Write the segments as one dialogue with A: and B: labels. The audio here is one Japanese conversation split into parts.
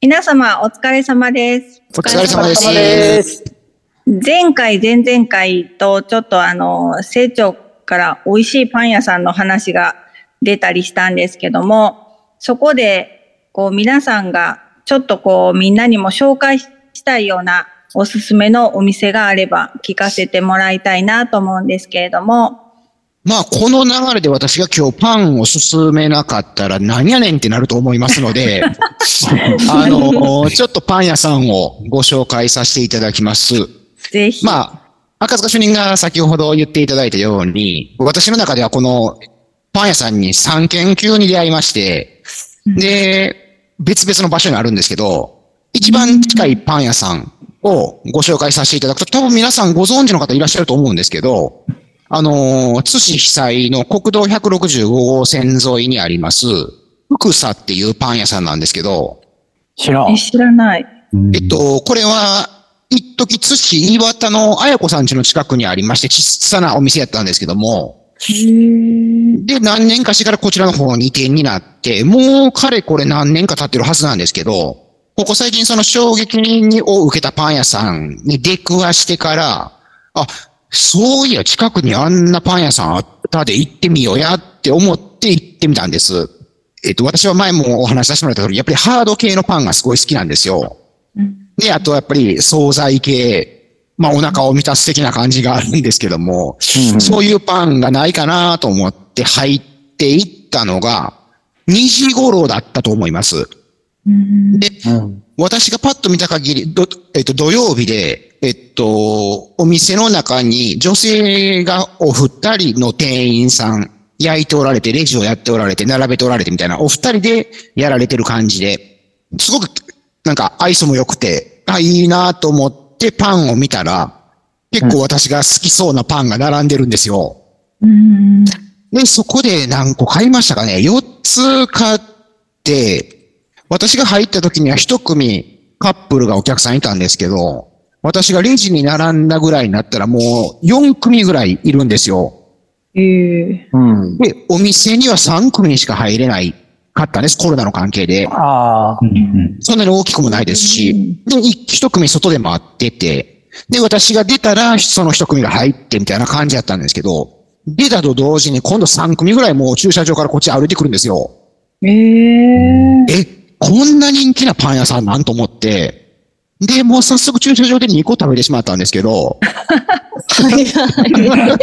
A: 皆様お疲れ様です。
B: お疲れ様です。
C: お疲れ様です
A: 前回、前々回とちょっとあの、成長から美味しいパン屋さんの話が出たりしたんですけども、そこでこう皆さんがちょっとこうみんなにも紹介したいようなおすすめのお店があれば聞かせてもらいたいなと思うんですけれども、
B: まあ、この流れで私が今日パンを勧めなかったら何やねんってなると思いますの で、あの、ちょっとパン屋さんをご紹介させていただきます。
A: ぜひ。
B: まあ、赤塚主任が先ほど言っていただいたように、私の中ではこのパン屋さんに3軒級に出会いまして、で、別々の場所にあるんですけど、一番近いパン屋さんをご紹介させていただくと、多分皆さんご存知の方いらっしゃると思うんですけど、あのー、津市被災の国道165号線沿いにあります、福佐っていうパン屋さんなんですけど、
C: 知ら
A: え
C: ん。
A: 知らない。
B: えっと、これは、一時津市岩田の綾子さん家の近くにありまして、小さなお店やったんですけども、で、何年かしてからこちらの方に移転になって、もうかれこれ何年か経ってるはずなんですけど、ここ最近その衝撃を受けたパン屋さんに出くわしてから、あ、そういや近くにあんなパン屋さんあったで行ってみようやって思って行ってみたんです。えっと、私は前もお話しさせてもらった通り、やっぱりハード系のパンがすごい好きなんですよ。で、あとやっぱり惣菜系、まあお腹を満たす的な感じがあるんですけども、そういうパンがないかなと思って入っていったのが、2時頃だったと思います。で、私がパッと見た限り、どえっと、土曜日で、えっと、お店の中に女性がお二人の店員さん、焼いておられて、レジをやっておられて、並べておられてみたいな、お二人でやられてる感じで、すごく、なんか、愛想も良くて、あ、いいなと思ってパンを見たら、結構私が好きそうなパンが並んでるんですよ。で、そこで何個買いましたかね ?4 つ買って、私が入った時には一組カップルがお客さんいたんですけど、私がレジに並んだぐらいになったらもう4組ぐらいいるんですよ。
A: えー
C: うん。
B: で、お店には3組にしか入れないかったんです。コロナの関係で。
C: ああ、
B: そんなに大きくもないですし、で、い一組外で回ってて、で、私が出たら、その一組が入ってみたいな感じだったんですけど、出たと同時に今度3組ぐらいもう駐車場からこっち歩いてくるんですよ。
A: え
B: え、こんな人気なパン屋さんなんと思って、で、もう早速駐車場で2個食べてしまったんですけど、も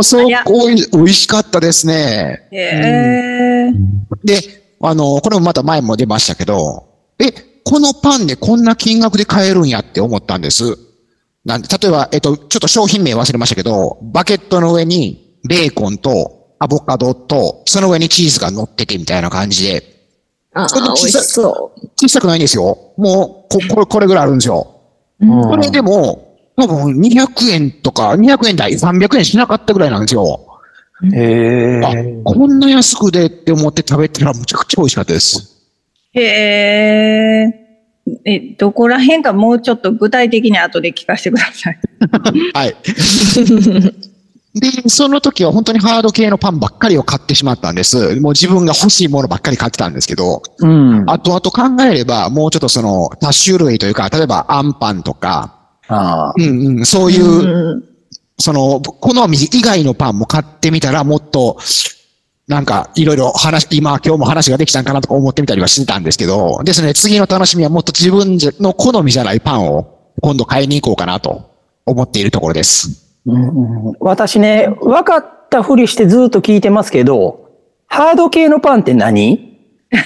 B: うすごくおい美味しかったですね。
A: ー、えー、
B: で、あの、これもまた前も出ましたけど、え、このパンでこんな金額で買えるんやって思ったんです。なんで、例えば、えっと、ちょっと商品名忘れましたけど、バケットの上にベーコンとアボカドと、その上にチーズが乗っててみたいな感じで、
D: ああ、
B: ちょっと
D: 美
B: 小
D: 味
B: さい
D: しそう。
B: 小さくないんですよ。もう、こ、これ、これぐらいあるんですよ。
C: うん
B: これでも、多分200円とか、200円台、300円しなかったぐらいなんですよ。
C: へ
B: あ
C: え。、
B: こんな安くでって思って食べたらむちゃくちゃ美味しかったです。
A: へーえ、どこら辺かもうちょっと具体的に後で聞かせてください。
B: はい。 で、その時は本当にハード系のパンばっかりを買ってしまったんです。もう自分が欲しいものばっかり買ってたんですけど、
C: うん。
B: あとあと考えれば、もうちょっとその多種類というか、例えばアンパンとか、
C: ああ。
B: うんうん、そういう、その、好み以外のパンも買ってみたら、もっと、なんか、いろいろ話、今、今日も話ができたんかなとか思ってみたりはしてたんですけど、ですね、次の楽しみはもっと自分の好みじゃないパンを今度買いに行こうかなと思っているところです。
C: 私ね、分かったふりしてずっと聞いてますけど、ハード系のパンって何
B: 私、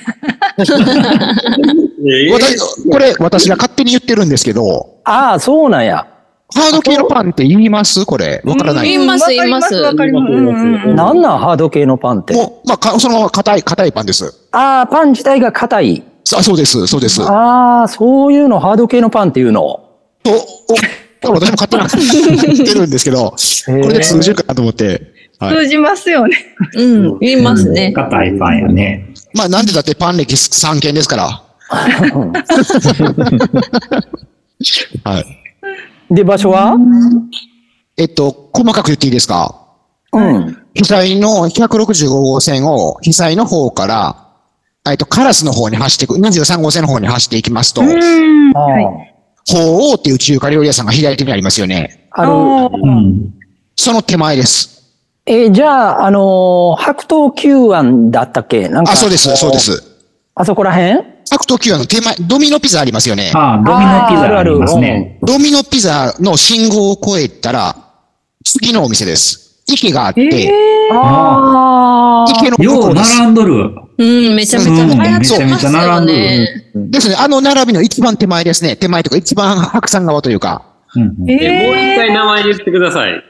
B: これ、私が勝手に言ってるんですけど、
C: ああ、そうなんや。
B: ハード系のパンって言いますこれ。わからな
D: 言
B: い。
D: います
A: うんわかります。わかります。うんうんうん
C: なんなんハード系のパンって。
B: もう、まあか、そのまま硬い、硬いパンです。
C: ああ、パン自体が硬い。
B: あ、そうです、そうです。と、
C: ああ、そういうのハード系のパンっていうの。
B: お私も勝手な言ってるんですけど、これで通じるかなと思って。はい
A: 通じますよね。
D: うん、言いますね。
E: 硬いパンやね。
B: まあ、なんでだってパン歴3件ですから。はい。
C: で、場所は
B: えっと、細かく言っていいですか
C: うん。
B: 被災の165号線を被災の方からえっと、カラスの方に走っていく、23号線の方に走っていきますと、鳳
A: ん。
C: あ
A: はい。
B: 凰っていう中華料理屋さんが左手にありますよね。
C: あ、あ
A: お
C: る。
A: ー
C: うん
B: その手前です。
C: えーじゃあ、あのー白桃球庵だったっけなんか。
B: あ、そうです、そうで。す。
C: あそこら辺
B: 白桃球の手前、ドミノピザありますよね。
E: ああ、ドミノピザありますね。
B: ドミノピザの信号を越えたら、次のお店です。池があって、
C: ああ。
B: 池の向
E: よ
B: こ
E: う
B: うです。
E: 並んどる。
D: うん、めちゃめちゃ流行ってましたよ
E: うんめちゃめちゃ並ん
D: ね。
B: ですね。あの並びの一番手前ですね。手前とか一番白山側というか、
E: うんうん
A: え
F: えもう一回
A: ー、
F: 名前言ってください。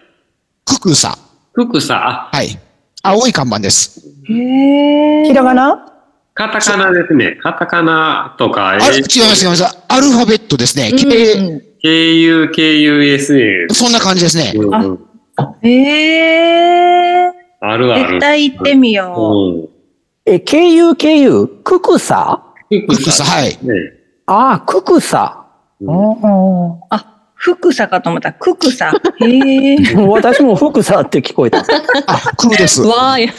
B: 福さ。
F: 福さ、あ
B: はい。青い看板です。
A: え
C: ひらがな
F: カタカナですね。カタカナとか、
B: あれ、違います、違います。アルファベットですね。K、
F: KU、KUSA。
B: そんな感じですね。
F: うんうん
A: ー、え
F: ある
A: ー、
F: ある。
A: 絶対行ってみよ
C: え、KUKU? ククサ
F: うん。
B: 福さ、はい。
F: ね
C: ああ、ククサ。
F: う
C: うん
A: う。あ、福さかと思った。ククさ。えー、
C: 私も福さって聞こえた。
B: あ、空です。
D: わーい。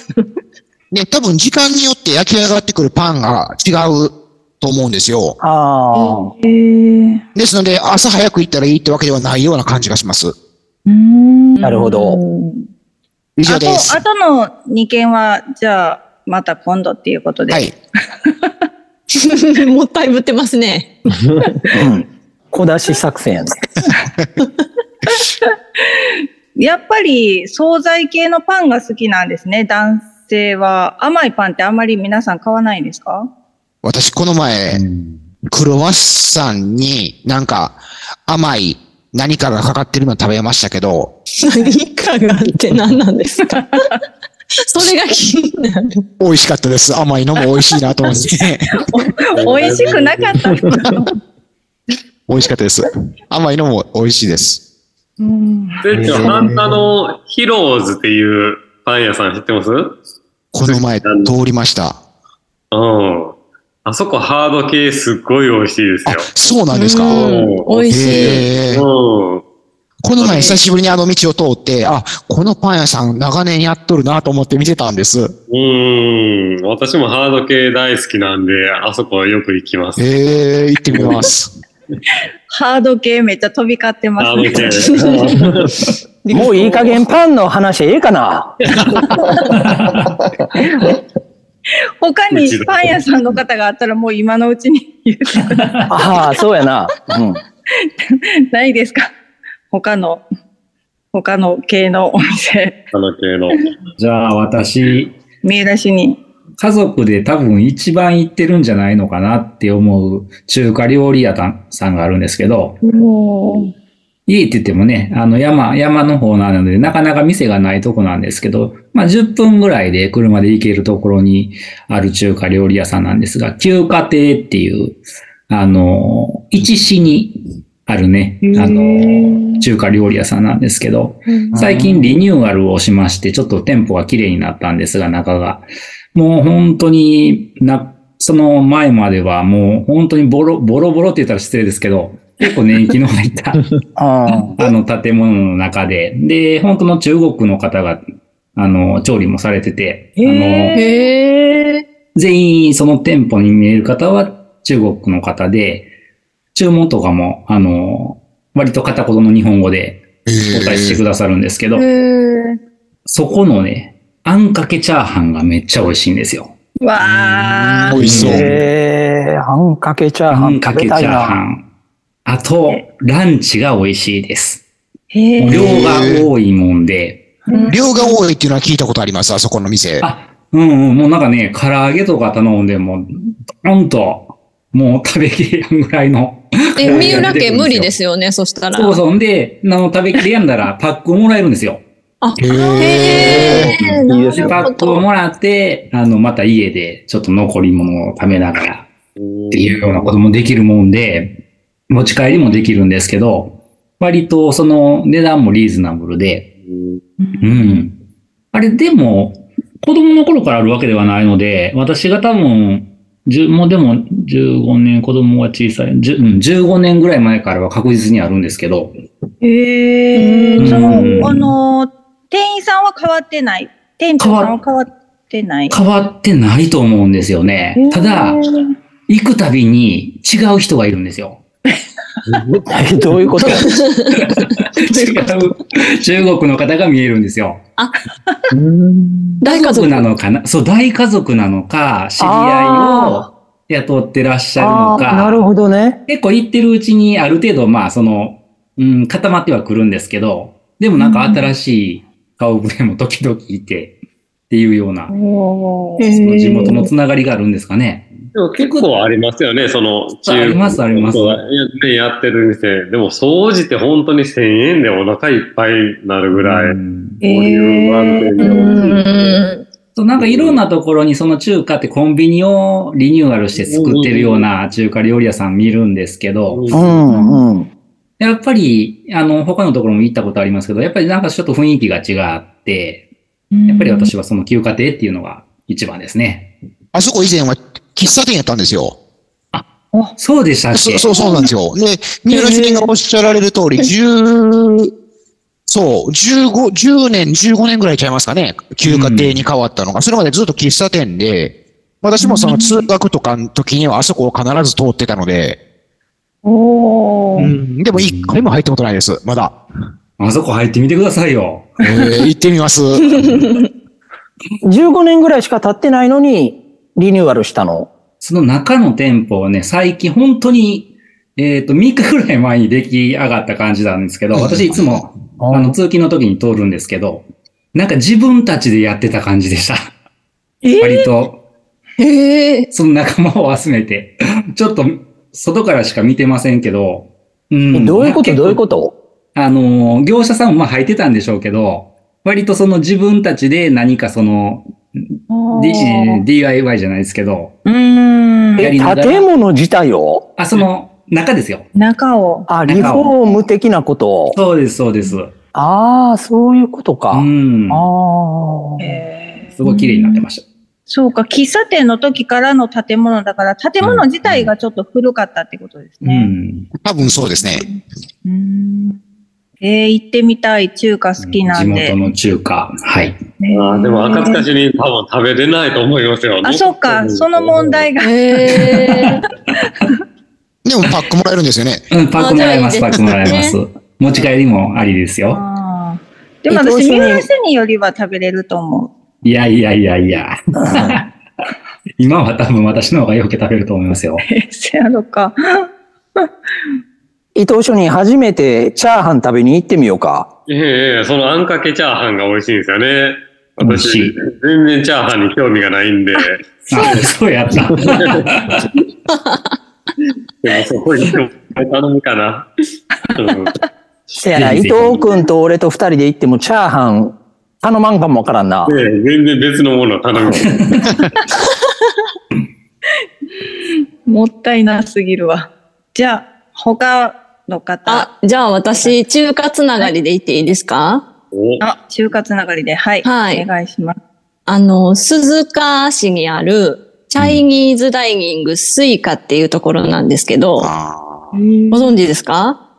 B: ね、多分時間によって焼き上がってくるパンが違うと思うんですよ。
C: ああ。
A: えー、
B: ですので、朝早く行ったらいいってわけではないような感じがします。
C: なるほど。
B: 以上
A: あと
B: で、す。
A: あとの2件は、じゃあ、また今度っていうことで。
B: はい。
D: もったいぶってますね。
C: うん小出し作戦やね。
A: やっぱり、惣菜系のパンが好きなんですね、男性は。甘いパンってあんまり皆さん買わないんですか
B: 私、この前、クロワッサンになんか甘い何かがかかってるの食べましたけど、
D: 何かがって何なんです かそれが気になる。
B: 美味しかったです。甘いのも美味しいなと思って。
A: 美味しくなかった。
B: 美味しかったです。甘いのも美味しいです。
F: で、ちょ、ハンタのヒローズっていうパン屋さん知ってますう
B: この前通りました。
F: ん。あそこハード系すっごい美味しいです
B: あ
F: よ。、
B: そうなんですか。
D: うん美味しい。
B: へー
F: うん。
B: この前久しぶりにあの道を通って、あ、このパン屋さん長年やっとるなと思って見てたんです。
F: うーん。私もハード系大好きなんで、あそこよく行きます。
B: へえ、行ってみ ます。
A: ハード系めっちゃ飛び交ってます
F: ハード
A: ね。
F: 系。
C: もういい加減パンの話ええかな
A: 他にパン屋さんの方があったらもう今のうちに 言っ
C: ああ、そうやな。うん。
A: てないですか他の、他の系のお店、
F: ハード系の。
E: じゃあ私、
A: 三浦市に。
E: 家族で多分一番行ってるんじゃないのかなって思う中華料理屋さんがあるんですけど、家って言ってもね、あの山、山の方なので、なかなか店がないとこなんですけど、まあ10分ぐらいで車で行けるところにある中華料理屋さんなんですが、旧家庭っていう、あの、一市にあるね、あの、中華料理屋さんなんですけど、最近リニューアルをしまして、ちょっと店舗が綺麗になったんですが、中が。もう本当にな、その前まではもう本当にボロ、ボロボロって言ったら失礼ですけど、結構年季の入った
C: あ
E: あの建物の中で、で、本当の中国の方が、あの、調理もされてて、あの、
D: へえ。
E: 全員その店舗に見える方は中国の方で、注文とかも、あの、割と片言の日本語で
B: へ
E: お答えしてくださるんですけど、
D: へ
E: そこのね、あんかけチャーハンがめっちゃ美味しいんですよ。
A: わ
B: 美
A: ー。
B: 味し
C: あ。
B: そう。
C: ええ、あんかけチャー
E: あ
C: ハ
E: ん
C: ン
E: か
C: 食
E: け
C: べ
E: チャ
C: たい
E: ーハ
C: な。
E: ン。あと、ランチが美味しいです。
A: へ
E: 量
A: ー
E: が多いもんで、
B: 量が多いっていうのは聞いたことあります、あそこの店。
E: あ、うんうん、もうなんかね、唐揚げとか頼んでも、ほんと、もう食べきれやんぐらいの。
D: え、三浦家無理ですよね、そしたら。
E: そうそう。んで、あの、食べきれやんだら、パックをもらえるんですよ。
D: あ、
B: へ
D: へ
C: いい
D: え。
C: です
E: で、
C: よ
E: パックをもらって、あの、また家で、ちょっと残り物を食べながら、っていうようなこともできるもんで、持ち帰りもできるんですけど、割と、その、値段もリーズナブルで、うん。あれ、でも、子供の頃からあるわけではないので、私が多分、10もうでも15年、子供が小さい、10うん15年ぐらい前からは確実にあるんですけど、
A: へ
D: う
A: え。
D: ん
A: その、あの、店員さんは変わってない。店長さんは変わっってない。
E: 変わってないと思うんですよね。ただ、行くたびに違う人がいるんですよ。
C: えどういうこと
E: 違う 中国の方が見えるんですよ。
D: 大家族
E: なのかなそう、大家族なのか、知り合いを雇ってらっしゃるの
C: あーな
E: か、
C: るほどね。
E: 結構行ってるうちにある程度、まあ、その、うん、固まってはくるんですけど、でもなんか新しい顔ぶれも時々いて、っていうような、
A: おー
E: その地元のつながりがあるんですかね。
F: でも結構ありますよね、その、
E: ありますあります
F: やねやってる店。でも、総じて本当に1000円でお腹いっぱいになるぐらい、
E: うん
A: え
F: ボリューム満点
A: ー
F: で
D: う
F: 美味しい
D: ん。
E: そう、なんかいろんなところにその中華ってコンビニをリニューアルして作ってるような中華料理屋さん見るんですけど、
C: うん、うん。
E: やっぱり、あの、他のところも行ったことありますけど、やっぱりなんかちょっと雰囲気が違って、やっぱり私はその旧家庭っていうのが一番ですね。
B: あそこ以前は喫茶店やったんですよ。
E: そうでしたっ
B: そ
E: け
B: そうそうなんで すよ。で、三浦主任がおっしゃられる通り、10、そう、15、10年、15年ぐらいちゃいますかね。休暇亭に変わったのが。それまでずっと喫茶店で、私もその通学とかの時にはあそこを必ず通ってたので、
A: お
B: う
A: ー
B: ん、でも一回も入ったことないです。まだ。
E: あそこ入ってみてくださいよ。
B: えー行ってみます。
C: 15年ぐらいしか経ってないのに、リニューアルしたの。
E: その中の店舗をね、最近本当に、えっ、と、3日ぐらい前に出来上がった感じなんですけど、私いつも、あの、通勤の時に通るんですけど、なんか自分たちでやってた感じでした。割と、
D: へえ。
E: その仲間を集めて、ちょっと、外からしか見てませんけど、う
C: え
E: ん
C: どういうことどういう
E: と
C: こと
E: あの、業者さんもまあ入ってたんでしょうけど、割とその自分たちで何かその、D- DIY じゃないですけど、
A: うーん。
E: や
C: え、
E: りながら
C: 建物自体を
E: あ、その、中ですよ。
A: 中を。
C: あ、リフォーム的なこと。
E: そうです、そうです。
C: ああ、そういうことか。
E: うん。
C: ああ。
A: えー
E: すごい綺麗になってました。
A: そうか、喫茶店の時からの建物だから、建物自体がちょっと古かったってことです
E: う
A: ね。
E: ん。
B: 多分そうですね。
A: うんえー、行ってみたい中華好きなんで。
E: 地元の中華。はい。
F: あーでも、赤塚
A: 市。
F: 市に多分食べれないと思いますよ。
A: あ、そっか、その問題が。
D: へえ。
B: でもパックもらえるんです よね。
E: うん、パックもらえます、
D: あじゃ
E: パ
D: あいい
E: ッ
D: です
E: ク
D: ね
E: もらえます。持ち帰りもありですよ。
A: あーでも
C: えどう
A: 私、
C: しよ
A: 三
C: う
A: 浦市によりは食べれると思
E: いやいやいやい や。今は多分私の方がよく食べると思いますよ。
A: う。せやろか。
C: 伊藤主任、初めてチャーハン食べに行ってみようか。
F: ええええ、そのあんかけチャーハンが美味しいんですよね。
E: 美味しい
F: 私、全然チャーハンに興味がな いんで、
E: あ、そうやった。
F: でもそこに頼むかな。うん
C: せやな、
E: ぜ
C: 伊
E: ひぜひ
C: 藤君と俺と二人で行ってもチャーハン頼まんかもわからんな。
F: ねえ全然別のものを頼む。
A: もったいなすぎるわ。じゃあ、他の方。
D: あ、じゃあ私、中華つながりで行っていいですか
F: お
A: あ、中華つながりで、はい。
D: はい
A: お願いします。
D: あの、鈴鹿市にある、チャイニーズダイニングスイカっていうところなんですけど、
B: あ
D: ご存知ですか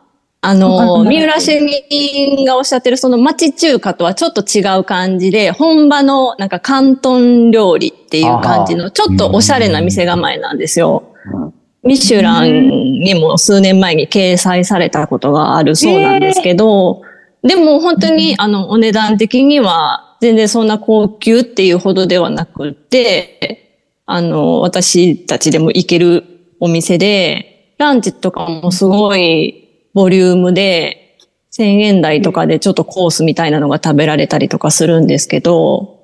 D: あの、
A: わかんない
D: 三浦主任がおっしゃってるその町中華とはちょっと違う感じで、本場のなんか広東料理っていう感じの、ちょっとおしゃれな店構えなんですよ。ミシュランにも数年前に掲載されたことがあるそうなんですけど、でも本当に、あの、お値段的には全然そんな高級っていうほどではなくて、あの、私たちでも行けるお店で、ランチとかもすごいボリュームで、1000円台とかでちょっとコースみたいなのが食べられたりとかするんですけど、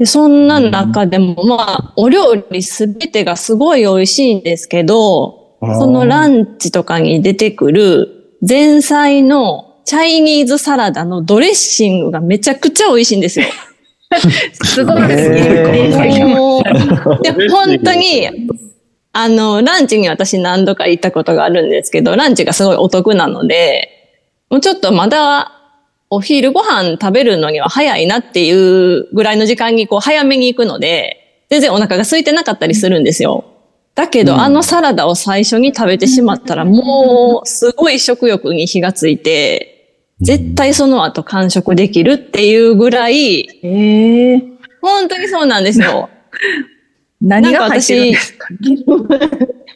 D: でそんな中でも、まあ、お料理すべてがすごい美味しいんですけど、そのランチとかに出てくる前菜のチャイニーズサラダのドレッシングがめちゃくちゃ美味しいんですよ。
A: すごいですね。
C: え
E: ーはい
D: もうで
F: ドレッシング
D: 本当に、あの、ランチに私何度か行ったことがあるんですけど、ランチがすごいお得なので、もうちょっとまだお昼ご飯食べるのには早いなっていうぐらいの時間にこう早めに行くので、全然お腹が空いてなかったりするんですよ。だけど、あのサラダを最初に食べてしまったら、もうすごい食欲に火がついて、絶対その後完食できるっていうぐらい、
A: えー
D: 本当にそうなんですよ。
A: 何が入ってるんですか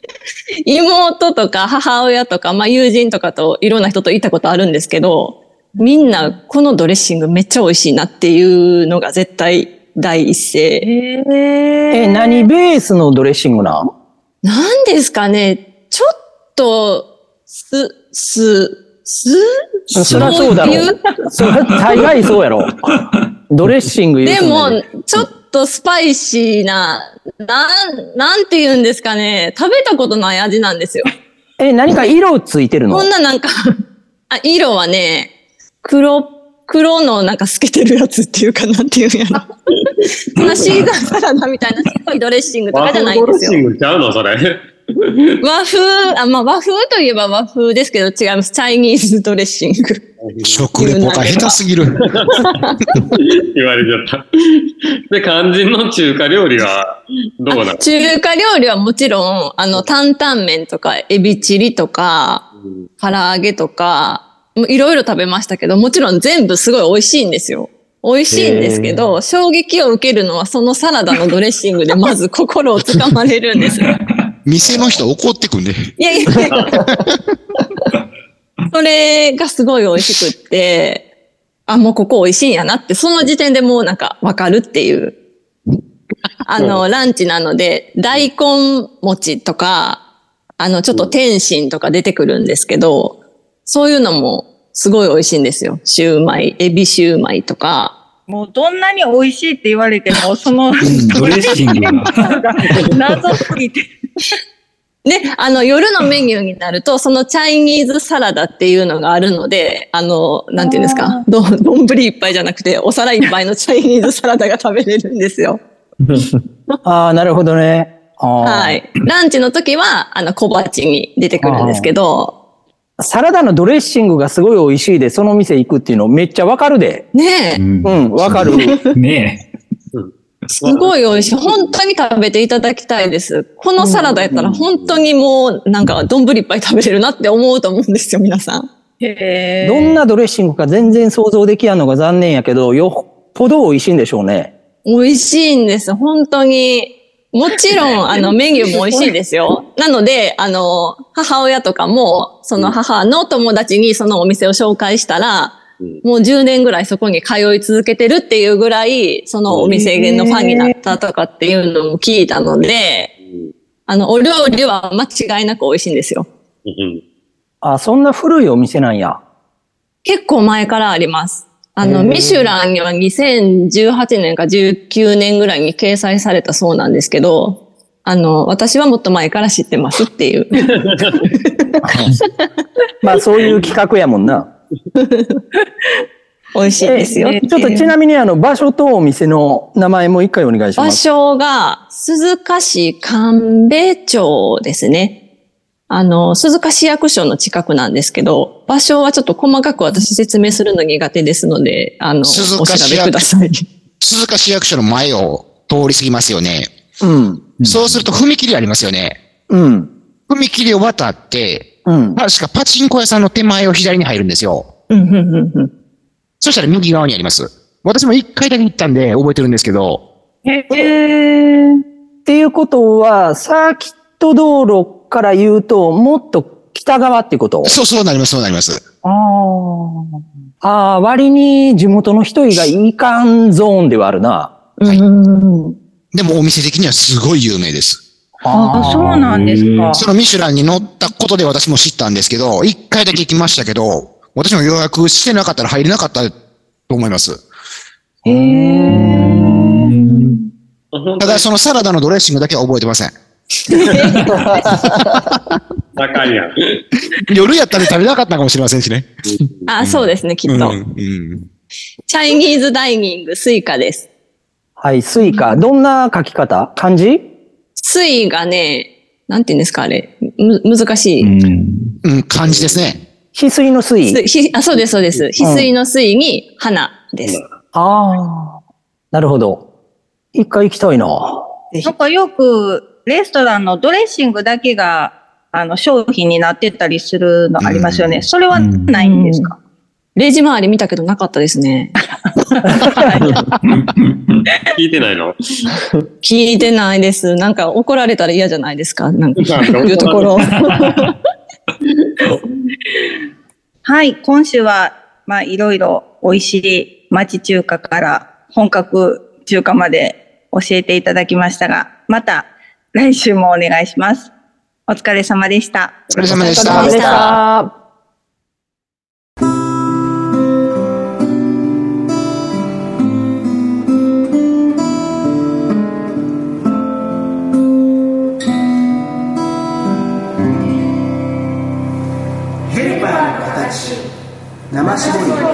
D: 妹とか母親とか、まあ友人とかといろんな人と行ったことあるんですけど、みんなこのドレッシングめっちゃ美味しいなっていうのが絶対第一声。
A: え
C: え、何ベースのドレッシングなん
D: 何ですかねちょっと、す、す、す
C: そりゃそうだろ
D: 醤油
C: それ大概そうやろ。ドレッシング言う
D: で
C: てんのに
D: も、ちょっとスパイシーな、なん、なんて言うんですかね。食べたことない味なんですよ。
C: え、何か色ついてるの
D: こんななんか、あ、色はね、黒、黒のなんか透けてるやつっていうかなんていうんやろ。そんなシーザーサラダみたいな白いドレッシングとか
F: 和
D: じゃな
F: 風
D: いん
F: ドレ
D: で
F: ッ
D: す
F: シ
D: よ。
F: ングちゃうのそれ。
D: 和風、あ、まあ和風といえば和風ですけど違います。チャイニーズドレッシング。
B: 食レポが下手す ぎる。
F: 言われちゃった。で、肝心の中華料理はどうなの
D: 中華料理はもちろん、あの、担々麺とか、エビチリとか、唐揚げとか、もういろいろ食べましたけど、もちろん全部すごい美味しいんですよ。美味しいんですけど、衝撃を受けるのはそのサラダのドレッシングでまず心をつかまれるんですよ。
B: 店の人怒ってくんで。
D: いやいやいや。それがすごい美味しくって、あ、もうここ美味しいんやなって、その時点でもうなんかわかるっていう。あの、ランチなので、大根餅とか、あの、ちょっと天津とか出てくるんですけど、そういうのもすごい美味しいんですよ。シューマイ、エビシューマイとか。
A: もうどんなに美味しいって言われても、その
E: うんドレッシングが。
A: 謎すぎて。
D: で、あの、夜のメニューになると、そのチャイニーズサラダっていうのがあるので、あの、なんていうんですか、どんどんぶりいっぱいじゃなくて、お皿いっぱいのチャイニーズサラダが食べれるんですよ。
C: ああ、なるほどね。は
D: は。い。ランチの時は、あの、小鉢に出てくるんですけど、
C: サラダのドレッシングがすごい美味しいで、その店行くっていうのめっちゃわかるで。
D: ねえ、
E: うん
C: うん、わかる。
E: ね
D: すごい美味しい。本当に食べていただきたいです。このサラダやったら本当にもう、なんか、どんぶりいっぱい食べれるなって思うと思うんですよ、皆さん。
A: へ
C: どんなドレッシングか全然想像できやんのが残念やけど、よっぽど美味しいんでしょうね。
D: 美味しいんです。本当に。もちろん、あの、メニューも美味しいですよ。なので、あの、母親とかも、その母の友達にそのお店を紹介したら、もう10年ぐらいそこに通い続けてるっていうぐらい、そのお店のファンになったとかっていうのも聞いたので、あの、お料理は間違いなく美味しいんですよ。
F: うん
C: あ、そんな古いお店なんや。
D: 結構前からあります。あの、
C: へー
D: ミシュランには2018年か19年ぐらいに掲載されたそうなんですけど、あの、私はもっと前から知ってますって いう。
C: まあそういう企画やもんな。
D: 美味しいですよ。
C: えちょっとちなみにあの場所とお店の名前も一回お願いしま
D: 場
C: す。
D: 所が鈴鹿市神戸町ですね。あの、鈴鹿市役所の近くなんですけど、場所はちょっと細かく私説明するの苦手ですので、あの、お
B: 鈴
D: 調
B: 鹿市役
D: べください。
B: 鈴鹿市役所の前を通り過ぎますよね。
C: うん。
B: そうすると踏切ありますよね。
C: うん。
B: 踏切を渡って、
C: うん。
B: 確かパチンコ屋さんの手前を左に入るんですよ。
D: うんうんうんうん
B: そしたら右側にあります。私も一回だけ行ったんで覚えてるんですけど、
A: へー
C: っていうことは、サーキット道路から言うと、もっと北側ってこと
B: そうそうなります、そうなります。
A: あー
C: ああ、割に地元の人以外いかんゾーンではあるな。
D: うんうんうん。
B: でもお店的にはすごい有名です。
A: あ、そうなんですか。
B: そのミシュランに乗ったことで私も知ったんですけど、一回だけ行きましたけど、私も予約してなかったら入れなかったと思います。
A: へー
B: ただそのサラダのドレッシングだけは覚えてません。
F: 高いやん。
B: 夜やったら食べなかったかもしれませんしね。
D: あ、そうですね、きっと。
B: うん
D: チャイニーズダイニング、スイカです。
C: はい、スイカ。どんな書き方漢字
D: スイがね、なんて言うんですか、あれ。む、難し
E: え。う
D: い。
E: ん。
B: うん、感じですね。
C: 翡翠の
D: す
C: 水。
D: ひあ、そうです、そうです。翡翠の水に花です。
C: ああ。なるほど。一回行きたいな。。
A: なんかよくレストランのドレッシングだけがあの商品になってたりするのありますよね。
B: うん
A: それはないんですか、
D: レジ周り見たけどなかったですね。
F: 聞いてないの
D: 聞いてないです。なんか怒られたら嫌じゃないですか。なんか、いうと ころ。
A: はい、今週は、まあ、いろいろ美味しい町中華から本格中華まで教えていただきましたが、また来週もお願いします。お疲れ様でした。
B: お疲れ様でし
D: お疲れ様
B: た
D: で。した
G: ヘルパーの形生絞り